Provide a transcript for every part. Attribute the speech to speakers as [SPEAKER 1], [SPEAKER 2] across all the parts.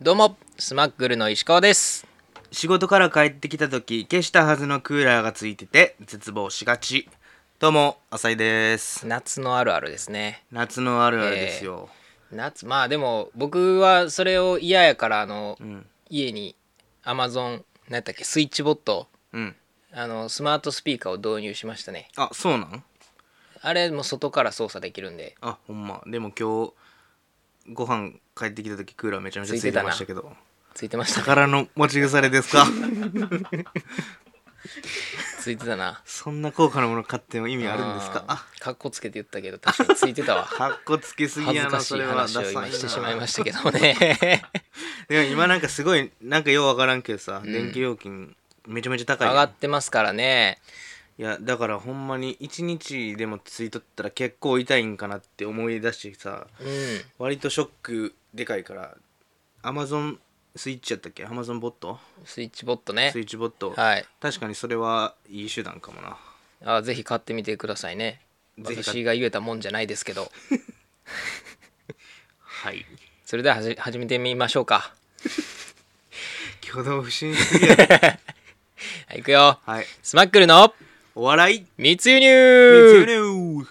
[SPEAKER 1] どうも、スマッグルの石川です。
[SPEAKER 2] 仕事から帰ってきた時消したはずのクーラーがついてて絶望しがちどうも浅井です
[SPEAKER 1] 夏のあるあるですね。
[SPEAKER 2] 夏のあるあるですよ、
[SPEAKER 1] 夏、まあでも、僕はそれを嫌やから、あの、
[SPEAKER 2] うん
[SPEAKER 1] 家に Amazon、何やったっけ、スイッチボット、
[SPEAKER 2] うん
[SPEAKER 1] あの、スマートスピーカーを導入しましたね。
[SPEAKER 2] あそうなん
[SPEAKER 1] あれも外から操作できるんで、
[SPEAKER 2] あほんまでも今日ご飯帰ってきた時クーラーめちゃめちゃ
[SPEAKER 1] つい
[SPEAKER 2] つ
[SPEAKER 1] て
[SPEAKER 2] い
[SPEAKER 1] た
[SPEAKER 2] て
[SPEAKER 1] な
[SPEAKER 2] ましたけど
[SPEAKER 1] ついてました。
[SPEAKER 2] 宝の持ち腐れですか
[SPEAKER 1] ついてたな。
[SPEAKER 2] そんな高価なもの買っても意味あるんですかあ
[SPEAKER 1] ーかっこつけて言ったけど、確かについてた わ。
[SPEAKER 2] かっこつけすぎ
[SPEAKER 1] 恥ず
[SPEAKER 2] や
[SPEAKER 1] か
[SPEAKER 2] な
[SPEAKER 1] し
[SPEAKER 2] そ
[SPEAKER 1] い
[SPEAKER 2] れはダ
[SPEAKER 1] 話
[SPEAKER 2] サ
[SPEAKER 1] を
[SPEAKER 2] いな
[SPEAKER 1] 今してしまいましたけどね。
[SPEAKER 2] でも今なんかすごいなんかようわからんけどさ、電気料金めちゃめちゃ高い や
[SPEAKER 1] 上
[SPEAKER 2] ん
[SPEAKER 1] がってますからね。
[SPEAKER 2] いやだからほんまに一日でもついとったら結構痛いんかなって思い出してさ
[SPEAKER 1] うん。
[SPEAKER 2] 割とショックでかいからアマゾンスイッチやったっけアマゾンボット
[SPEAKER 1] スイッチボットね
[SPEAKER 2] スイ。ッチボット、
[SPEAKER 1] はい。
[SPEAKER 2] 確かにそれはいい手段かもな
[SPEAKER 1] あぜひ買ってみてくださいね
[SPEAKER 2] ぜひ買っ
[SPEAKER 1] 私が言えたもんじゃないですけど
[SPEAKER 2] はい
[SPEAKER 1] それでははじ始めてみましょうか
[SPEAKER 2] 挙動不審すぎやろ
[SPEAKER 1] はい、いくよ
[SPEAKER 2] はい
[SPEAKER 1] スマックルの
[SPEAKER 2] お笑い
[SPEAKER 1] 密輸入
[SPEAKER 2] 密輸入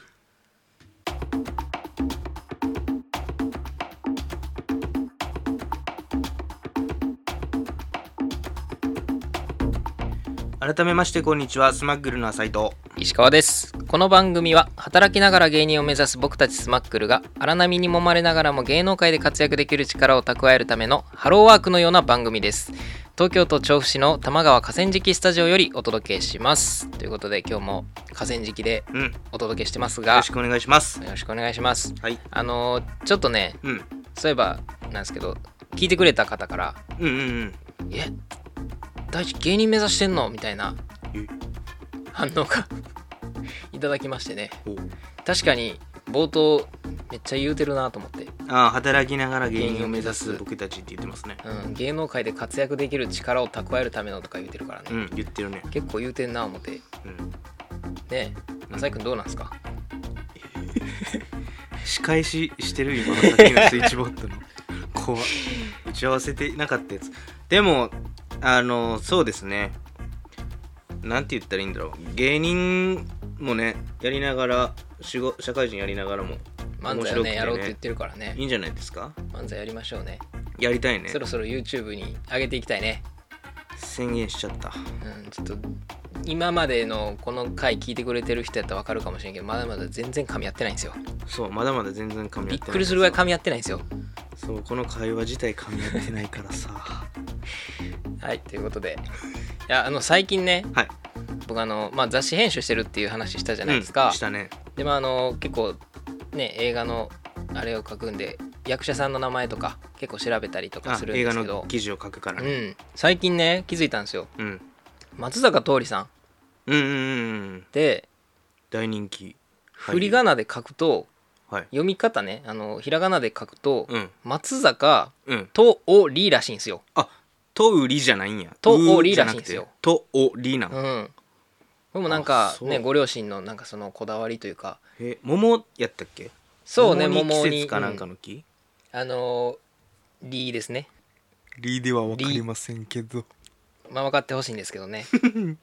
[SPEAKER 2] 改めましてこんにちはスマッグルの斉藤
[SPEAKER 1] 石川ですこの番組は働きながら芸人を目指す僕たちスマックルが荒波に揉まれながらも芸能界で活躍できる力を蓄えるためのハローワークのような番組です東京都調布市の多摩川河川敷スタジオよりお届けしますということで今日も河川敷で
[SPEAKER 2] うんよ
[SPEAKER 1] お届けしてます
[SPEAKER 2] ろ
[SPEAKER 1] が
[SPEAKER 2] しくお願いします
[SPEAKER 1] よろしくお願いします
[SPEAKER 2] はい
[SPEAKER 1] あのーちょっとね
[SPEAKER 2] うん
[SPEAKER 1] そういえばなんですけど聞いてくれた方から
[SPEAKER 2] うんうんうん
[SPEAKER 1] 「え大地芸人目指してんの?」みたいな
[SPEAKER 2] え
[SPEAKER 1] 反応が いただきましてね
[SPEAKER 2] お
[SPEAKER 1] 確かに冒頭めっちゃ言うてるなと思って、
[SPEAKER 2] あー働きながら芸人を目指す僕たちって言ってますね
[SPEAKER 1] うん、芸能界で活躍できる力を蓄えるためのとか言うてるからね、
[SPEAKER 2] うん言ってるね
[SPEAKER 1] 結構言うてんな思って
[SPEAKER 2] うん
[SPEAKER 1] ねえ浅井君どうなんですか
[SPEAKER 2] 仕返ししてる今のさっきのスイッチボットの怖っ打ち合わせてなかったやつでもあのそうですねなんて言ったらいいんだろう芸人もねやりながら仕事社会人やりながらも
[SPEAKER 1] 漫
[SPEAKER 2] 面
[SPEAKER 1] 才を
[SPEAKER 2] 白く
[SPEAKER 1] ね
[SPEAKER 2] て
[SPEAKER 1] やろうって言っ
[SPEAKER 2] ね
[SPEAKER 1] てるからね
[SPEAKER 2] いいんじゃないですか
[SPEAKER 1] 漫才やりましょうね
[SPEAKER 2] やりたいね
[SPEAKER 1] そろそろ YouTube に上げていきたいね
[SPEAKER 2] 宣言しちゃった
[SPEAKER 1] うん、ちょっと今までのこの回聞いてくれてる人やったら分かるかもしれんけどまだまだ全然噛み合ってないんですよ
[SPEAKER 2] そうまだまだ全然噛み合ってな
[SPEAKER 1] び
[SPEAKER 2] い
[SPEAKER 1] っくりするぐらい噛み合ってないんですよ
[SPEAKER 2] そうこの会話自体噛み合ってないからさ は
[SPEAKER 1] はいということでいやあの最近ね
[SPEAKER 2] い
[SPEAKER 1] 僕あの、まあ、雑誌編集してるっていう話したじ
[SPEAKER 2] じ
[SPEAKER 1] ゃないですか、
[SPEAKER 2] したね
[SPEAKER 1] でもあの結構ね映画のあれを書くんで役者さんの名前とか結構調べたりとか
[SPEAKER 2] あ
[SPEAKER 1] するん
[SPEAKER 2] 映
[SPEAKER 1] で
[SPEAKER 2] 画
[SPEAKER 1] すけ
[SPEAKER 2] の
[SPEAKER 1] ど、
[SPEAKER 2] 記事を書くから
[SPEAKER 1] う
[SPEAKER 2] ね、
[SPEAKER 1] ん、最近ね気づいたんですよ
[SPEAKER 2] うん、
[SPEAKER 1] 松坂桃李さんっ
[SPEAKER 2] うんうんうんうん
[SPEAKER 1] て
[SPEAKER 2] 大人気
[SPEAKER 1] 振り仮名で書くと、
[SPEAKER 2] はい
[SPEAKER 1] 読み方ねあのひらがなで書くと、
[SPEAKER 2] うん
[SPEAKER 1] 松坂
[SPEAKER 2] うん
[SPEAKER 1] とおりらしいんですよ。
[SPEAKER 2] あとうりじゃないんや
[SPEAKER 1] と
[SPEAKER 2] う
[SPEAKER 1] おり
[SPEAKER 2] じゃ
[SPEAKER 1] ら
[SPEAKER 2] な
[SPEAKER 1] しい
[SPEAKER 2] く
[SPEAKER 1] ん
[SPEAKER 2] て
[SPEAKER 1] ですよ
[SPEAKER 2] とおりな
[SPEAKER 1] うんん。でもなんか
[SPEAKER 2] あそう
[SPEAKER 1] ねご両親のなんかそのこだわりというか
[SPEAKER 2] え桃やったっけ
[SPEAKER 1] そうね
[SPEAKER 2] 桃に
[SPEAKER 1] 桃
[SPEAKER 2] 季
[SPEAKER 1] に
[SPEAKER 2] 節かなんか
[SPEAKER 1] うん
[SPEAKER 2] の木
[SPEAKER 1] あのーりですね。
[SPEAKER 2] りではわ
[SPEAKER 1] かり
[SPEAKER 2] ませんけど
[SPEAKER 1] まあ分かってほしいんですけ どね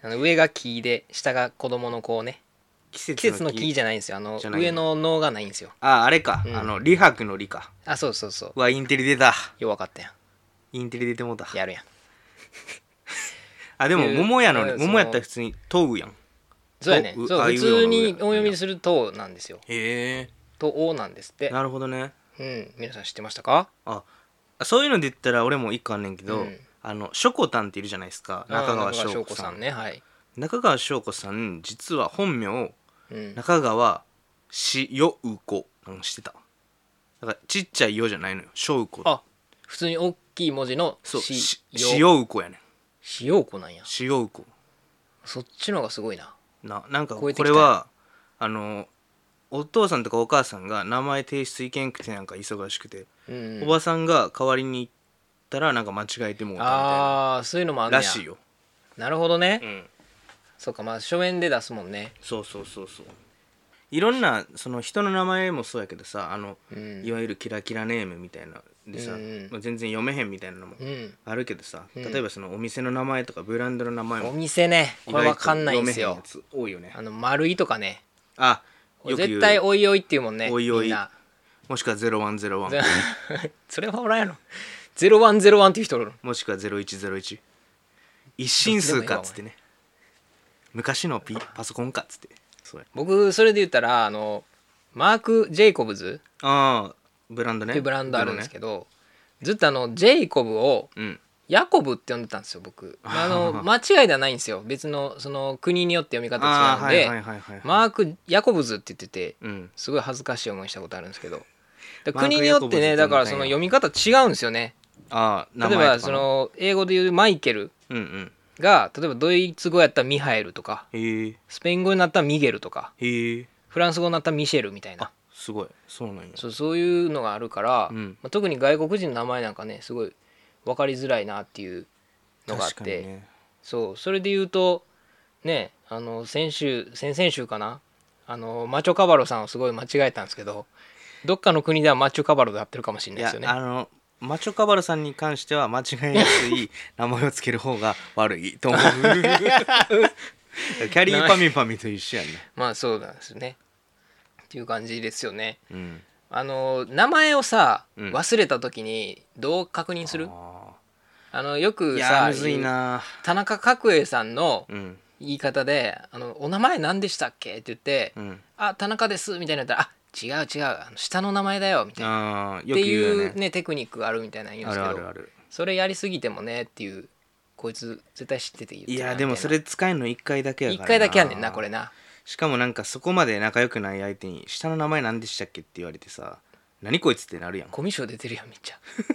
[SPEAKER 1] あの上が木で下が子供の子をね
[SPEAKER 2] 季
[SPEAKER 1] 季
[SPEAKER 2] 節
[SPEAKER 1] 節の
[SPEAKER 2] の
[SPEAKER 1] 木
[SPEAKER 2] 木
[SPEAKER 1] じゃないんですよあの
[SPEAKER 2] じゃない
[SPEAKER 1] 上の脳がないんですよ
[SPEAKER 2] ああれか
[SPEAKER 1] うん
[SPEAKER 2] あの李白の李か
[SPEAKER 1] あそうそうそう
[SPEAKER 2] うわインテリ出た
[SPEAKER 1] よう分かったや
[SPEAKER 2] インテリ出てもうた
[SPEAKER 1] んやるやん
[SPEAKER 2] あでも
[SPEAKER 1] っていう
[SPEAKER 2] 桃やの
[SPEAKER 1] うん
[SPEAKER 2] に
[SPEAKER 1] その
[SPEAKER 2] 桃やったら普通にとうやん
[SPEAKER 1] そうやね
[SPEAKER 2] う
[SPEAKER 1] そう
[SPEAKER 2] あ
[SPEAKER 1] 普通
[SPEAKER 2] いうよう
[SPEAKER 1] に
[SPEAKER 2] な
[SPEAKER 1] お読みするとなんですよ
[SPEAKER 2] へ
[SPEAKER 1] とおなんですって
[SPEAKER 2] えなるほどね
[SPEAKER 1] うん皆さん知ってましたか
[SPEAKER 2] あそういうので言ったら俺も一個あんねんけど、
[SPEAKER 1] うん
[SPEAKER 2] あのしょこたんっているじゃないですか中川翔子さん
[SPEAKER 1] ねはい
[SPEAKER 2] 中川翔子さん実は本名
[SPEAKER 1] うん
[SPEAKER 2] 中川しようこなんしてただからちっちゃいよじゃないのよしょうこ
[SPEAKER 1] あ普通に大きい文字の
[SPEAKER 2] そう
[SPEAKER 1] し
[SPEAKER 2] し
[SPEAKER 1] よ
[SPEAKER 2] しようこやねん
[SPEAKER 1] しようこなんや
[SPEAKER 2] しようこ
[SPEAKER 1] そっちの方がすごいな
[SPEAKER 2] ななんか
[SPEAKER 1] 超
[SPEAKER 2] こ
[SPEAKER 1] えてきた
[SPEAKER 2] れはあのお父さんとかお母さんが名前提出いけんくてなんか忙しくて、
[SPEAKER 1] うん
[SPEAKER 2] おばさんが代わりに行ったらなんか間違えてもうたみたいな
[SPEAKER 1] ああそういうのもある
[SPEAKER 2] らしい
[SPEAKER 1] よ
[SPEAKER 2] よ、
[SPEAKER 1] なるほどね
[SPEAKER 2] うん、
[SPEAKER 1] そうかまあ書面で出すもんね
[SPEAKER 2] そうそうそうそういろんなその人の名前もそうやけどさあの、
[SPEAKER 1] うん
[SPEAKER 2] いわゆるキラキラネームみたいなでさ、
[SPEAKER 1] うんうん
[SPEAKER 2] まあ全然読めへんみたいなのも
[SPEAKER 1] うん
[SPEAKER 2] あるけどさ、
[SPEAKER 1] うん
[SPEAKER 2] 例えばそのお店の名前とかブランドの名前
[SPEAKER 1] お
[SPEAKER 2] も
[SPEAKER 1] 店ねこれわかんないんです
[SPEAKER 2] 意
[SPEAKER 1] よ
[SPEAKER 2] 外と読めへんやつ多いよね
[SPEAKER 1] あの丸いとかね
[SPEAKER 2] あ
[SPEAKER 1] これ
[SPEAKER 2] よく言
[SPEAKER 1] 絶
[SPEAKER 2] う
[SPEAKER 1] 対おいおいっていうもんね
[SPEAKER 2] おいおい
[SPEAKER 1] みんな
[SPEAKER 2] もしくは0101
[SPEAKER 1] それはおらんやろ0101っていう人おるの
[SPEAKER 2] もしくは0101一進数かっつってね昔のピパソコンかっつってそうや
[SPEAKER 1] 僕それで言ったらあのマーク・ジェイコブズ
[SPEAKER 2] ああブランド
[SPEAKER 1] っ
[SPEAKER 2] ね
[SPEAKER 1] ていうブランドあるんですけど、ずっとあのジェイコブを
[SPEAKER 2] ど、うん
[SPEAKER 1] ヤコブって呼んでたんですよ僕あの間違いではないんですよ別のその国によって読み方
[SPEAKER 2] ああ
[SPEAKER 1] 違うんで、
[SPEAKER 2] はいはいはいはい、
[SPEAKER 1] マーク・ヤコブズって言ってて
[SPEAKER 2] うん、
[SPEAKER 1] すごい恥ずかしい思いしたことあるんですけどだ
[SPEAKER 2] マーク
[SPEAKER 1] 国によってね
[SPEAKER 2] ヤコブズって言うんだ
[SPEAKER 1] だからその読み方違うんですよね
[SPEAKER 2] あ
[SPEAKER 1] 例
[SPEAKER 2] あ名
[SPEAKER 1] え
[SPEAKER 2] 前とか
[SPEAKER 1] ばその英語で言うマイケル
[SPEAKER 2] うんうん
[SPEAKER 1] が例えばドイツ語やったらミハエルとか
[SPEAKER 2] へえ
[SPEAKER 1] スペイン語になったらミゲルとか
[SPEAKER 2] へえ
[SPEAKER 1] フランス語になったらミシェルみたいな
[SPEAKER 2] あすごいそうなんや
[SPEAKER 1] そうそういうのがあるから、
[SPEAKER 2] うん
[SPEAKER 1] まあ、特に外国人の名前なんかねすごい分かりづらいなっていうのがあっ
[SPEAKER 2] 確か
[SPEAKER 1] て、
[SPEAKER 2] にね
[SPEAKER 1] そうそれで言うとねあの先週先々週かなあのマチョカバロさんをすごい間違えたんですけどどっかの国ではマチョカバロで合ってるかもしれな
[SPEAKER 2] い
[SPEAKER 1] いで
[SPEAKER 2] や
[SPEAKER 1] すよね
[SPEAKER 2] あのマチョカバルさんに関しては間違いやすい名前をつける方が悪 いと思うキャリーパミュパミュと一緒やね、
[SPEAKER 1] まあそうなんですよねっていう感じですよね
[SPEAKER 2] うん、
[SPEAKER 1] あの名前をさ
[SPEAKER 2] うん
[SPEAKER 1] 忘れた時にどう確認する、
[SPEAKER 2] あ
[SPEAKER 1] あのよ
[SPEAKER 2] ー
[SPEAKER 1] く
[SPEAKER 2] いや
[SPEAKER 1] さ
[SPEAKER 2] むずいな
[SPEAKER 1] 田中角栄さんの
[SPEAKER 2] うん
[SPEAKER 1] 言い方で「あのお名前何でしたっけ?」って言って「
[SPEAKER 2] うん
[SPEAKER 1] あ田中です」みたいなのやったら「あ違う違うあの下の名前だよ」みたいな。
[SPEAKER 2] あー
[SPEAKER 1] っ
[SPEAKER 2] よ
[SPEAKER 1] て
[SPEAKER 2] く言うよ
[SPEAKER 1] い
[SPEAKER 2] ね
[SPEAKER 1] うねテクニックがあるみたいなの言うん
[SPEAKER 2] あ
[SPEAKER 1] です
[SPEAKER 2] る
[SPEAKER 1] けど
[SPEAKER 2] あるある
[SPEAKER 1] それやりすぎてもねっていうこいつ絶対知ってて言って
[SPEAKER 2] い
[SPEAKER 1] るな
[SPEAKER 2] やでも
[SPEAKER 1] みた
[SPEAKER 2] そ
[SPEAKER 1] いな
[SPEAKER 2] れ使えるの1回だけやから
[SPEAKER 1] 一回だけやねんなこれな
[SPEAKER 2] しかもなんかそこまで仲良くない相手に「下の名前何でしたっけ?」って言われてさ「何こいつ」ってなるやん
[SPEAKER 1] コミュ障出てるやんめっちゃ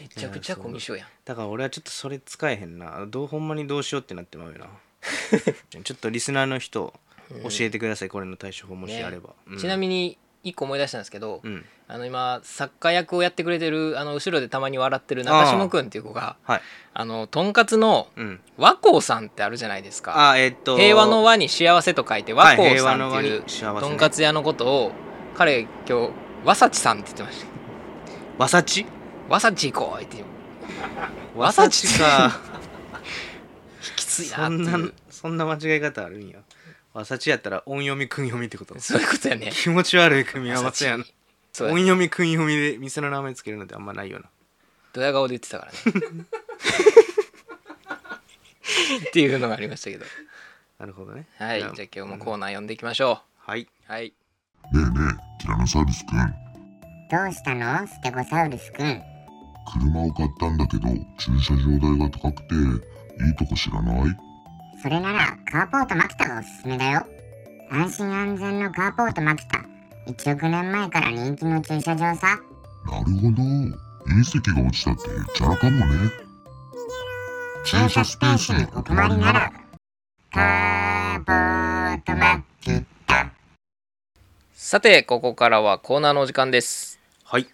[SPEAKER 1] めちゃくちゃコミュ障やん
[SPEAKER 2] だから俺はちょっとそれ使えへんなどうほんまにどうしようってなってま うよなちょっとリスナーの人教えてください、これの対処法もしあれば、
[SPEAKER 1] ちな
[SPEAKER 2] に
[SPEAKER 1] みに一個思い出したんですけど、
[SPEAKER 2] うん
[SPEAKER 1] あの今作家役をやってくれてるあの後ろでたまに笑ってる中島くんっていう子が
[SPEAKER 2] はい
[SPEAKER 1] あのとんかつの
[SPEAKER 2] うん
[SPEAKER 1] 和光さんってあるじゃないですか
[SPEAKER 2] あえっと
[SPEAKER 1] 平和の和に幸せと書いて和
[SPEAKER 2] はい
[SPEAKER 1] 光
[SPEAKER 2] 平
[SPEAKER 1] さ
[SPEAKER 2] 和
[SPEAKER 1] ん
[SPEAKER 2] の
[SPEAKER 1] っ
[SPEAKER 2] 和
[SPEAKER 1] ていう
[SPEAKER 2] に幸せ
[SPEAKER 1] とん
[SPEAKER 2] ね
[SPEAKER 1] かつ屋のことを彼今日和幸さんって言ってました
[SPEAKER 2] わさち
[SPEAKER 1] わさち行こうって
[SPEAKER 2] わさちか
[SPEAKER 1] きつ いな
[SPEAKER 2] そ
[SPEAKER 1] ってい
[SPEAKER 2] ん
[SPEAKER 1] う
[SPEAKER 2] なそんな間違い方あるんやわさちやったら音読み訓読みってこと
[SPEAKER 1] そういうことやね
[SPEAKER 2] 気持ち悪い組み合わせやな
[SPEAKER 1] わさちそう
[SPEAKER 2] 音
[SPEAKER 1] やね
[SPEAKER 2] 読み訓読みで店の名前つけるのってあんまないよな
[SPEAKER 1] ドヤ顔で言ってたからね っていうのがありましたけど
[SPEAKER 2] なるほどね
[SPEAKER 1] はいじゃあ今日もコーナー読んでいきましょ
[SPEAKER 2] はい、
[SPEAKER 1] うはい
[SPEAKER 3] ねえねえ、ティラノサウルスくん。
[SPEAKER 4] どうしたのステゴサウルスくん。
[SPEAKER 3] 車を買ったんだけど、駐車場代が高くて、いいとこ知らない
[SPEAKER 4] それならカーポートマキタがおすすめだよ。安心安全のカーポートマキタ。1億年前から人気の駐車場さ。
[SPEAKER 3] なるほど。隕石が落ちたってチャラかもね。
[SPEAKER 4] 駐車スペースにお困りなら、カーポートマキタ。
[SPEAKER 1] さてここからはコーナーのお時間です
[SPEAKER 2] はい、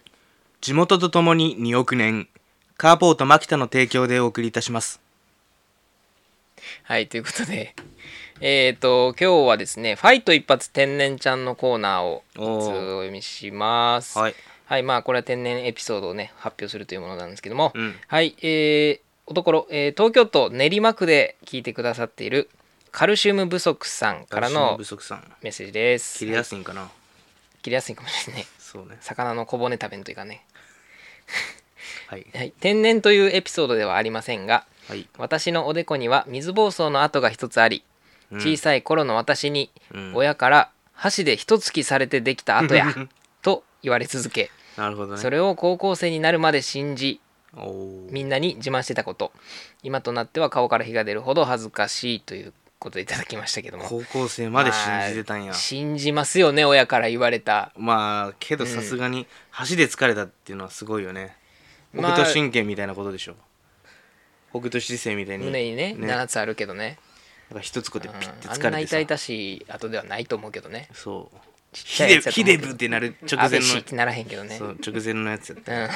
[SPEAKER 2] 地元とともに2億年カーポートマキタの提供でお送りいたします
[SPEAKER 1] はいということでえっ、と今日はですね「ファイト一発天然ちゃん」のコーナーをお
[SPEAKER 2] おー
[SPEAKER 1] 読みします
[SPEAKER 2] はい、
[SPEAKER 1] はい、まあこれは天然エピソードをね発表するというものなんですけども、
[SPEAKER 2] うん
[SPEAKER 1] はい、えー、おところ、えー東京都練馬区で聞いてくださっているカルシウム不足さんからの
[SPEAKER 2] 不足さん
[SPEAKER 1] メッセージです。
[SPEAKER 2] 切りやすいんかな、
[SPEAKER 1] 切りやすいかもしれないね。
[SPEAKER 2] そうね
[SPEAKER 1] 魚の小骨食べんというかね、
[SPEAKER 2] はい
[SPEAKER 1] はい。天然というエピソードではありませんが、
[SPEAKER 2] はい、
[SPEAKER 1] 私のおでこには水疱瘡の跡が一つあり、
[SPEAKER 2] うん
[SPEAKER 1] 小さい頃の私に
[SPEAKER 2] うん
[SPEAKER 1] 親から箸で一突きされてできた跡 やと言われ続け、
[SPEAKER 2] なるほどね
[SPEAKER 1] それを高校生になるまで信じ、
[SPEAKER 2] おー
[SPEAKER 1] みんなに自慢してたこと今となっては顔から火が出るほど恥ずかしいということでいただきましたけども
[SPEAKER 2] 高校生まで信じてたんや
[SPEAKER 1] まあ信じますよね親から言われた
[SPEAKER 2] まあけどさすがに橋で疲れたっていうのはすごいよね、
[SPEAKER 1] まあ
[SPEAKER 2] 北斗神拳みたいなことでしょ北斗七星みたいに
[SPEAKER 1] 胸にね
[SPEAKER 2] ね
[SPEAKER 1] 7つあるけどね
[SPEAKER 2] なんか一つこで
[SPEAKER 1] うん
[SPEAKER 2] ピッて
[SPEAKER 1] あ
[SPEAKER 2] 疲れて
[SPEAKER 1] ん
[SPEAKER 2] さ
[SPEAKER 1] な痛々しい後ではないと思うけどね
[SPEAKER 2] そう
[SPEAKER 1] ちっ
[SPEAKER 2] ヒ
[SPEAKER 1] ちゃい
[SPEAKER 2] デ
[SPEAKER 1] やつやと
[SPEAKER 2] ヒ
[SPEAKER 1] 思う
[SPEAKER 2] デ
[SPEAKER 1] けど
[SPEAKER 2] ブってなる直
[SPEAKER 1] 安倍
[SPEAKER 2] 前の
[SPEAKER 1] 氏ってならへんけど ね
[SPEAKER 2] そう直前のやつやった
[SPEAKER 1] うん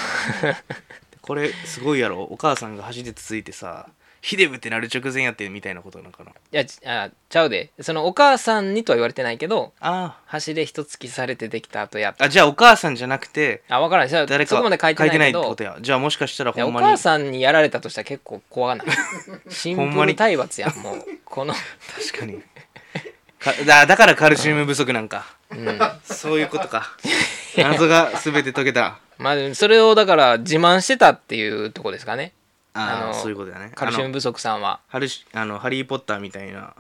[SPEAKER 2] これすごいやろお母さんが箸でつついてさヒデブってなる直前やってみたいなことなのかない
[SPEAKER 1] やち あちゃうでそのお母さんにとは言われてないけど
[SPEAKER 2] あ
[SPEAKER 1] 橋で一突きされてできた後やっ
[SPEAKER 2] ああじゃあお母さんじゃなくて
[SPEAKER 1] あ分からないそ
[SPEAKER 2] 誰か
[SPEAKER 1] そこまで書いてないけ
[SPEAKER 2] って
[SPEAKER 1] ど
[SPEAKER 2] ことやじゃあもしかしたら
[SPEAKER 1] いや
[SPEAKER 2] ほ
[SPEAKER 1] お
[SPEAKER 2] んま
[SPEAKER 1] 母
[SPEAKER 2] に
[SPEAKER 1] さんにやられたとしたら結構怖 がないシン
[SPEAKER 2] ほん
[SPEAKER 1] プ
[SPEAKER 2] ま
[SPEAKER 1] ル
[SPEAKER 2] に
[SPEAKER 1] 体罰やんもうこの、
[SPEAKER 2] 確かにかだだからカルシウム不足なんか
[SPEAKER 1] うん、
[SPEAKER 2] そういうことか謎が全て解けた
[SPEAKER 1] まあそれをだから自慢してたっていうとこですかねあ
[SPEAKER 2] あ
[SPEAKER 1] の
[SPEAKER 2] あそういうことだね
[SPEAKER 1] カルシウム
[SPEAKER 2] あの
[SPEAKER 1] 不足さんは、
[SPEAKER 2] ハルシあのハリー・ポッターみたいな、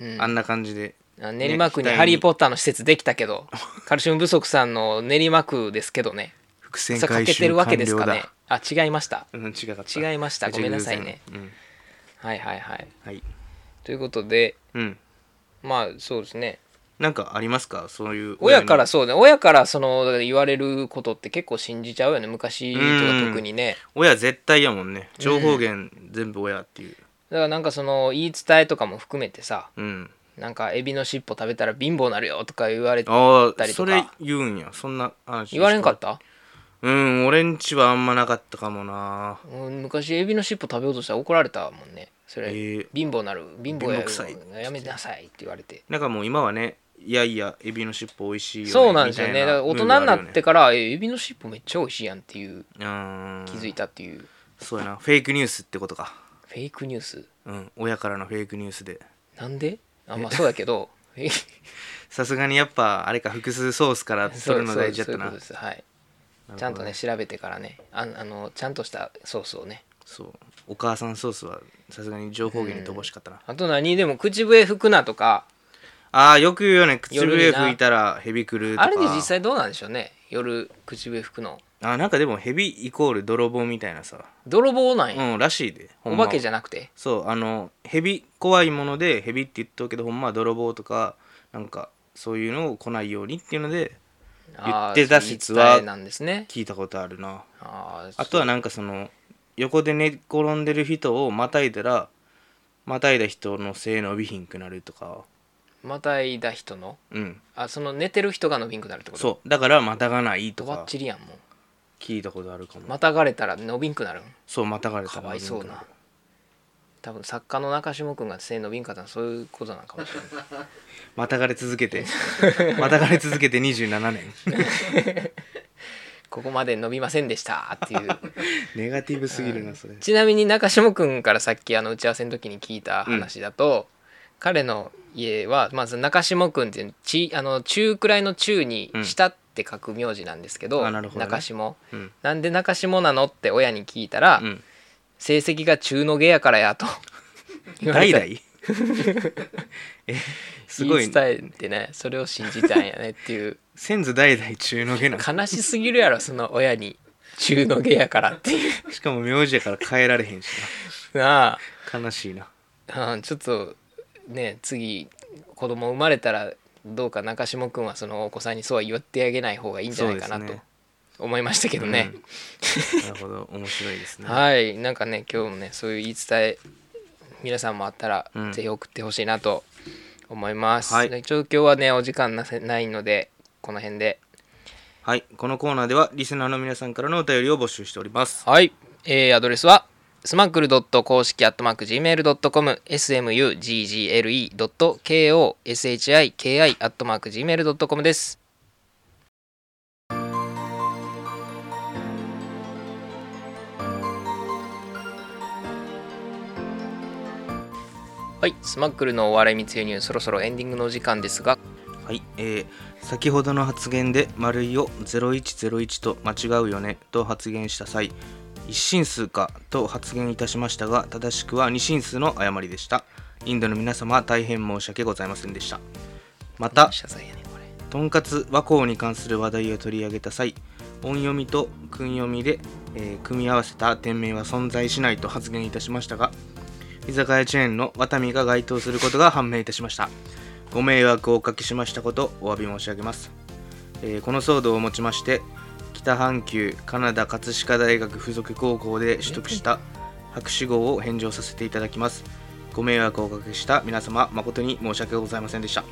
[SPEAKER 1] うん
[SPEAKER 2] あんな感じで
[SPEAKER 1] あ練馬区に
[SPEAKER 2] ね
[SPEAKER 1] ハリー・ポッターの施設できたけ ど、カルシウム不足さんの練馬区ですけどね
[SPEAKER 2] 伏線
[SPEAKER 1] そうか
[SPEAKER 2] 回
[SPEAKER 1] けて
[SPEAKER 2] 収
[SPEAKER 1] るわ
[SPEAKER 2] 完
[SPEAKER 1] けです
[SPEAKER 2] 了
[SPEAKER 1] かねあ
[SPEAKER 2] だ
[SPEAKER 1] 違いました
[SPEAKER 2] うん違かった
[SPEAKER 1] 違いましたごめんなさいね
[SPEAKER 2] うん
[SPEAKER 1] はいはいはい
[SPEAKER 2] はい
[SPEAKER 1] ということで
[SPEAKER 2] うん
[SPEAKER 1] まあそうですね
[SPEAKER 2] なんかありますかそういう
[SPEAKER 1] 親から
[SPEAKER 2] に
[SPEAKER 1] そうね親からそのだから言われることって結構信じちゃうよね昔とか特にね
[SPEAKER 2] 親絶対やもんね情報源全部親っていう
[SPEAKER 1] だからなんかその言い伝えとかも含めてさ
[SPEAKER 2] うん
[SPEAKER 1] なんかエビの尻尾食べたら貧乏なるよとか言われて
[SPEAKER 2] あ
[SPEAKER 1] た
[SPEAKER 2] あ
[SPEAKER 1] りと
[SPEAKER 2] そ
[SPEAKER 1] か
[SPEAKER 2] れ言うんやそんな話
[SPEAKER 1] 言われんかった
[SPEAKER 2] うん俺んちはあんまなかったかもな
[SPEAKER 1] うん昔エビの尻尾食べようとしたら怒られたもんねそれ、
[SPEAKER 2] えー
[SPEAKER 1] 貧乏なる貧乏や
[SPEAKER 2] 貧乏くさい
[SPEAKER 1] やめなさいって言われて
[SPEAKER 2] なんかもう今はねいやいやエビの尻尾美味しいよ、ね、
[SPEAKER 1] そうなんですよ
[SPEAKER 2] みた
[SPEAKER 1] ね
[SPEAKER 2] い
[SPEAKER 1] だから大人になって
[SPEAKER 2] ム
[SPEAKER 1] から、えエビの尻尾めっちゃ美味しいやんっていう
[SPEAKER 2] ーブあるよね
[SPEAKER 1] 気づい
[SPEAKER 2] うん
[SPEAKER 1] たっていう、
[SPEAKER 2] そうやなフェイクニュースってことか
[SPEAKER 1] フェイクニュース
[SPEAKER 2] うん親からのフェイクニュースで
[SPEAKER 1] なんであまあそうだけ どフェイク
[SPEAKER 2] さすがにやっぱあれか複数ソースから取るの大事だったな
[SPEAKER 1] そうそうそういうことですはい
[SPEAKER 2] ほどね
[SPEAKER 1] ちゃんとね調べてからねああのちゃんとしたソースをね
[SPEAKER 2] そうお母さんソースはさすがに情報源に乏しかったな、
[SPEAKER 1] あと何でも口笛吹くなとか
[SPEAKER 2] ああよく言うよね口
[SPEAKER 1] 夜に
[SPEAKER 2] 笛
[SPEAKER 1] な
[SPEAKER 2] 吹いたらヘビ来るとか
[SPEAKER 1] あれで実際どうなんでしょうね夜口笛吹くの
[SPEAKER 2] あーなんかでもヘビイコール泥棒みたいなさ
[SPEAKER 1] 泥棒なんや、
[SPEAKER 2] うんらしいで
[SPEAKER 1] お化けじ
[SPEAKER 2] ゃ
[SPEAKER 1] ゃなくて
[SPEAKER 2] そうあのヘビ怖いものでヘビって言っとうけどほんまは泥棒とかなんかそういうのを来ないようにっていうので
[SPEAKER 1] あー
[SPEAKER 2] 言ってた説は
[SPEAKER 1] 言い伝えなんですね
[SPEAKER 2] 聞いたことあるな
[SPEAKER 1] あー
[SPEAKER 2] あとはなんかその横で寝転んでる人をまたいだらまたいだ人の背伸びひんくなるとか
[SPEAKER 1] またいだ人の
[SPEAKER 2] うん
[SPEAKER 1] あその寝てる人が伸びんくなるってこと
[SPEAKER 2] そうだからまたがないと
[SPEAKER 1] とばっ
[SPEAKER 2] か
[SPEAKER 1] ちりやんもう
[SPEAKER 2] 聞いたことあるかも、
[SPEAKER 1] またがれたら伸びんくなるん
[SPEAKER 2] そうまたがれた
[SPEAKER 1] からわいそうな
[SPEAKER 2] る
[SPEAKER 1] 多分作家の中島君が背伸びんかったのはそういうことなのかもしれない
[SPEAKER 2] またがれ続けて またがれ続けて27年
[SPEAKER 1] ここまで伸びませんでしたっていう
[SPEAKER 2] ネガティブすぎるなそれ、
[SPEAKER 1] ちなみに中島くんからさっきあの打ち合わせの時に聞いた話だと、彼の家はまず中島くんっていうちあの中くらいの中に
[SPEAKER 2] うん
[SPEAKER 1] 下って書く名字なんですけど,、
[SPEAKER 2] あなるほどね
[SPEAKER 1] 中島
[SPEAKER 2] うん
[SPEAKER 1] なんで中島なのって親に聞いたら、
[SPEAKER 2] うん
[SPEAKER 1] 成績が中の下やからやと言われ
[SPEAKER 2] 代
[SPEAKER 1] た
[SPEAKER 2] 々えすご
[SPEAKER 1] 言
[SPEAKER 2] い
[SPEAKER 1] い伝えてねそれを信じたんやねっていう
[SPEAKER 2] 先祖代々中の下なの
[SPEAKER 1] 悲しすぎるやろその親に中の下やからっていう
[SPEAKER 2] しかも名字やから変えられへんし
[SPEAKER 1] なあ
[SPEAKER 2] な悲しいな
[SPEAKER 1] うんちょっとね次子供生まれたらどうか中島君はそのお子さんにそうは言ってあげない方がいいんじゃないかな
[SPEAKER 2] そう
[SPEAKER 1] と
[SPEAKER 2] ですね
[SPEAKER 1] 思いましたけどね
[SPEAKER 2] なるほど面白いですね
[SPEAKER 1] はいなんかね今日もねそういう言い伝え皆さんもあったら、
[SPEAKER 2] うん
[SPEAKER 1] ぜひ送ってほしいなと思います、
[SPEAKER 2] はい
[SPEAKER 1] で一応今日はねお時間なせないのでこの辺で
[SPEAKER 2] はい、このコーナーではリスナーの皆さんからのお便りを募集しております。
[SPEAKER 1] はい、えーアドレスはスマックル公式アットマーク Gmail.com smuggle.koshiki アットマーク Gmail.com ですはい、スマックルのお笑い密輸入そろそろエンディングのお時間ですが
[SPEAKER 2] はい、えー先ほどの発言で丸いを0101と間違うよねと発言した際、一進数かと発言いたしましたが、正しくは二進数の誤りでした。インドの皆様、大変申し訳ございませんでした。また、
[SPEAKER 1] 謝罪やねこれ
[SPEAKER 2] とんかつ和光に関する話題を取り上げた際音読みと訓読みで、えー組み合わせた店名は存在しないと発言いたしましたが居酒屋チェーンのワタミが該当することが判明いたしましたご迷惑をおかけしましたことお詫び申し上げます、えーこの騒動をもちまして北半球カナダ葛飾大学附属高校で取得した博士号を返上させていただきますご迷惑をおかけした皆様誠に申し訳ございませんでした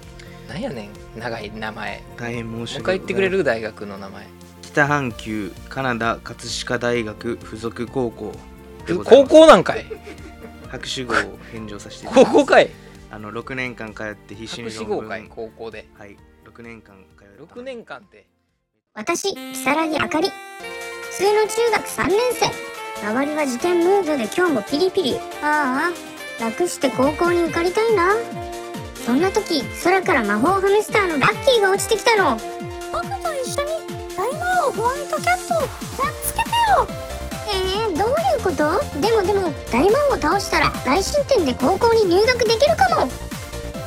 [SPEAKER 1] なんやねん長い名前も
[SPEAKER 2] 大変申し
[SPEAKER 1] う一回
[SPEAKER 2] 訳ございません
[SPEAKER 1] 言ってくれる大学の名前
[SPEAKER 2] 北半球カナダ葛飾大学附属高校でござい
[SPEAKER 1] 高
[SPEAKER 2] ます
[SPEAKER 1] 校なんかい
[SPEAKER 2] 博士号を返上させていた だ
[SPEAKER 1] 高
[SPEAKER 2] きま
[SPEAKER 1] 校
[SPEAKER 2] す
[SPEAKER 1] かい
[SPEAKER 2] あの6年間通って必死
[SPEAKER 1] 博
[SPEAKER 2] に
[SPEAKER 1] 士
[SPEAKER 2] 論
[SPEAKER 1] 号
[SPEAKER 2] 文
[SPEAKER 1] かい高校で
[SPEAKER 2] はい6年間通って
[SPEAKER 1] 6年間って
[SPEAKER 5] 私、如月あかり。普通の中学3年生。周りは受験ムードで今日もピリピリ。ああ、楽して高校に受かりたいな。そんな時、空から魔法ハムスターのラッキーが落ちてきたの。僕と一緒に大魔王ホワイトキャットをやっつけてよ。えー、どういうことでもでも、大魔王を倒したら来春店で高校に入学できるかも。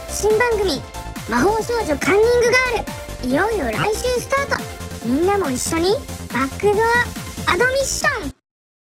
[SPEAKER 5] 新番組、魔法少女カンニングガール。いよいよ来週スタート。みんなも一緒にバックドアアドミッション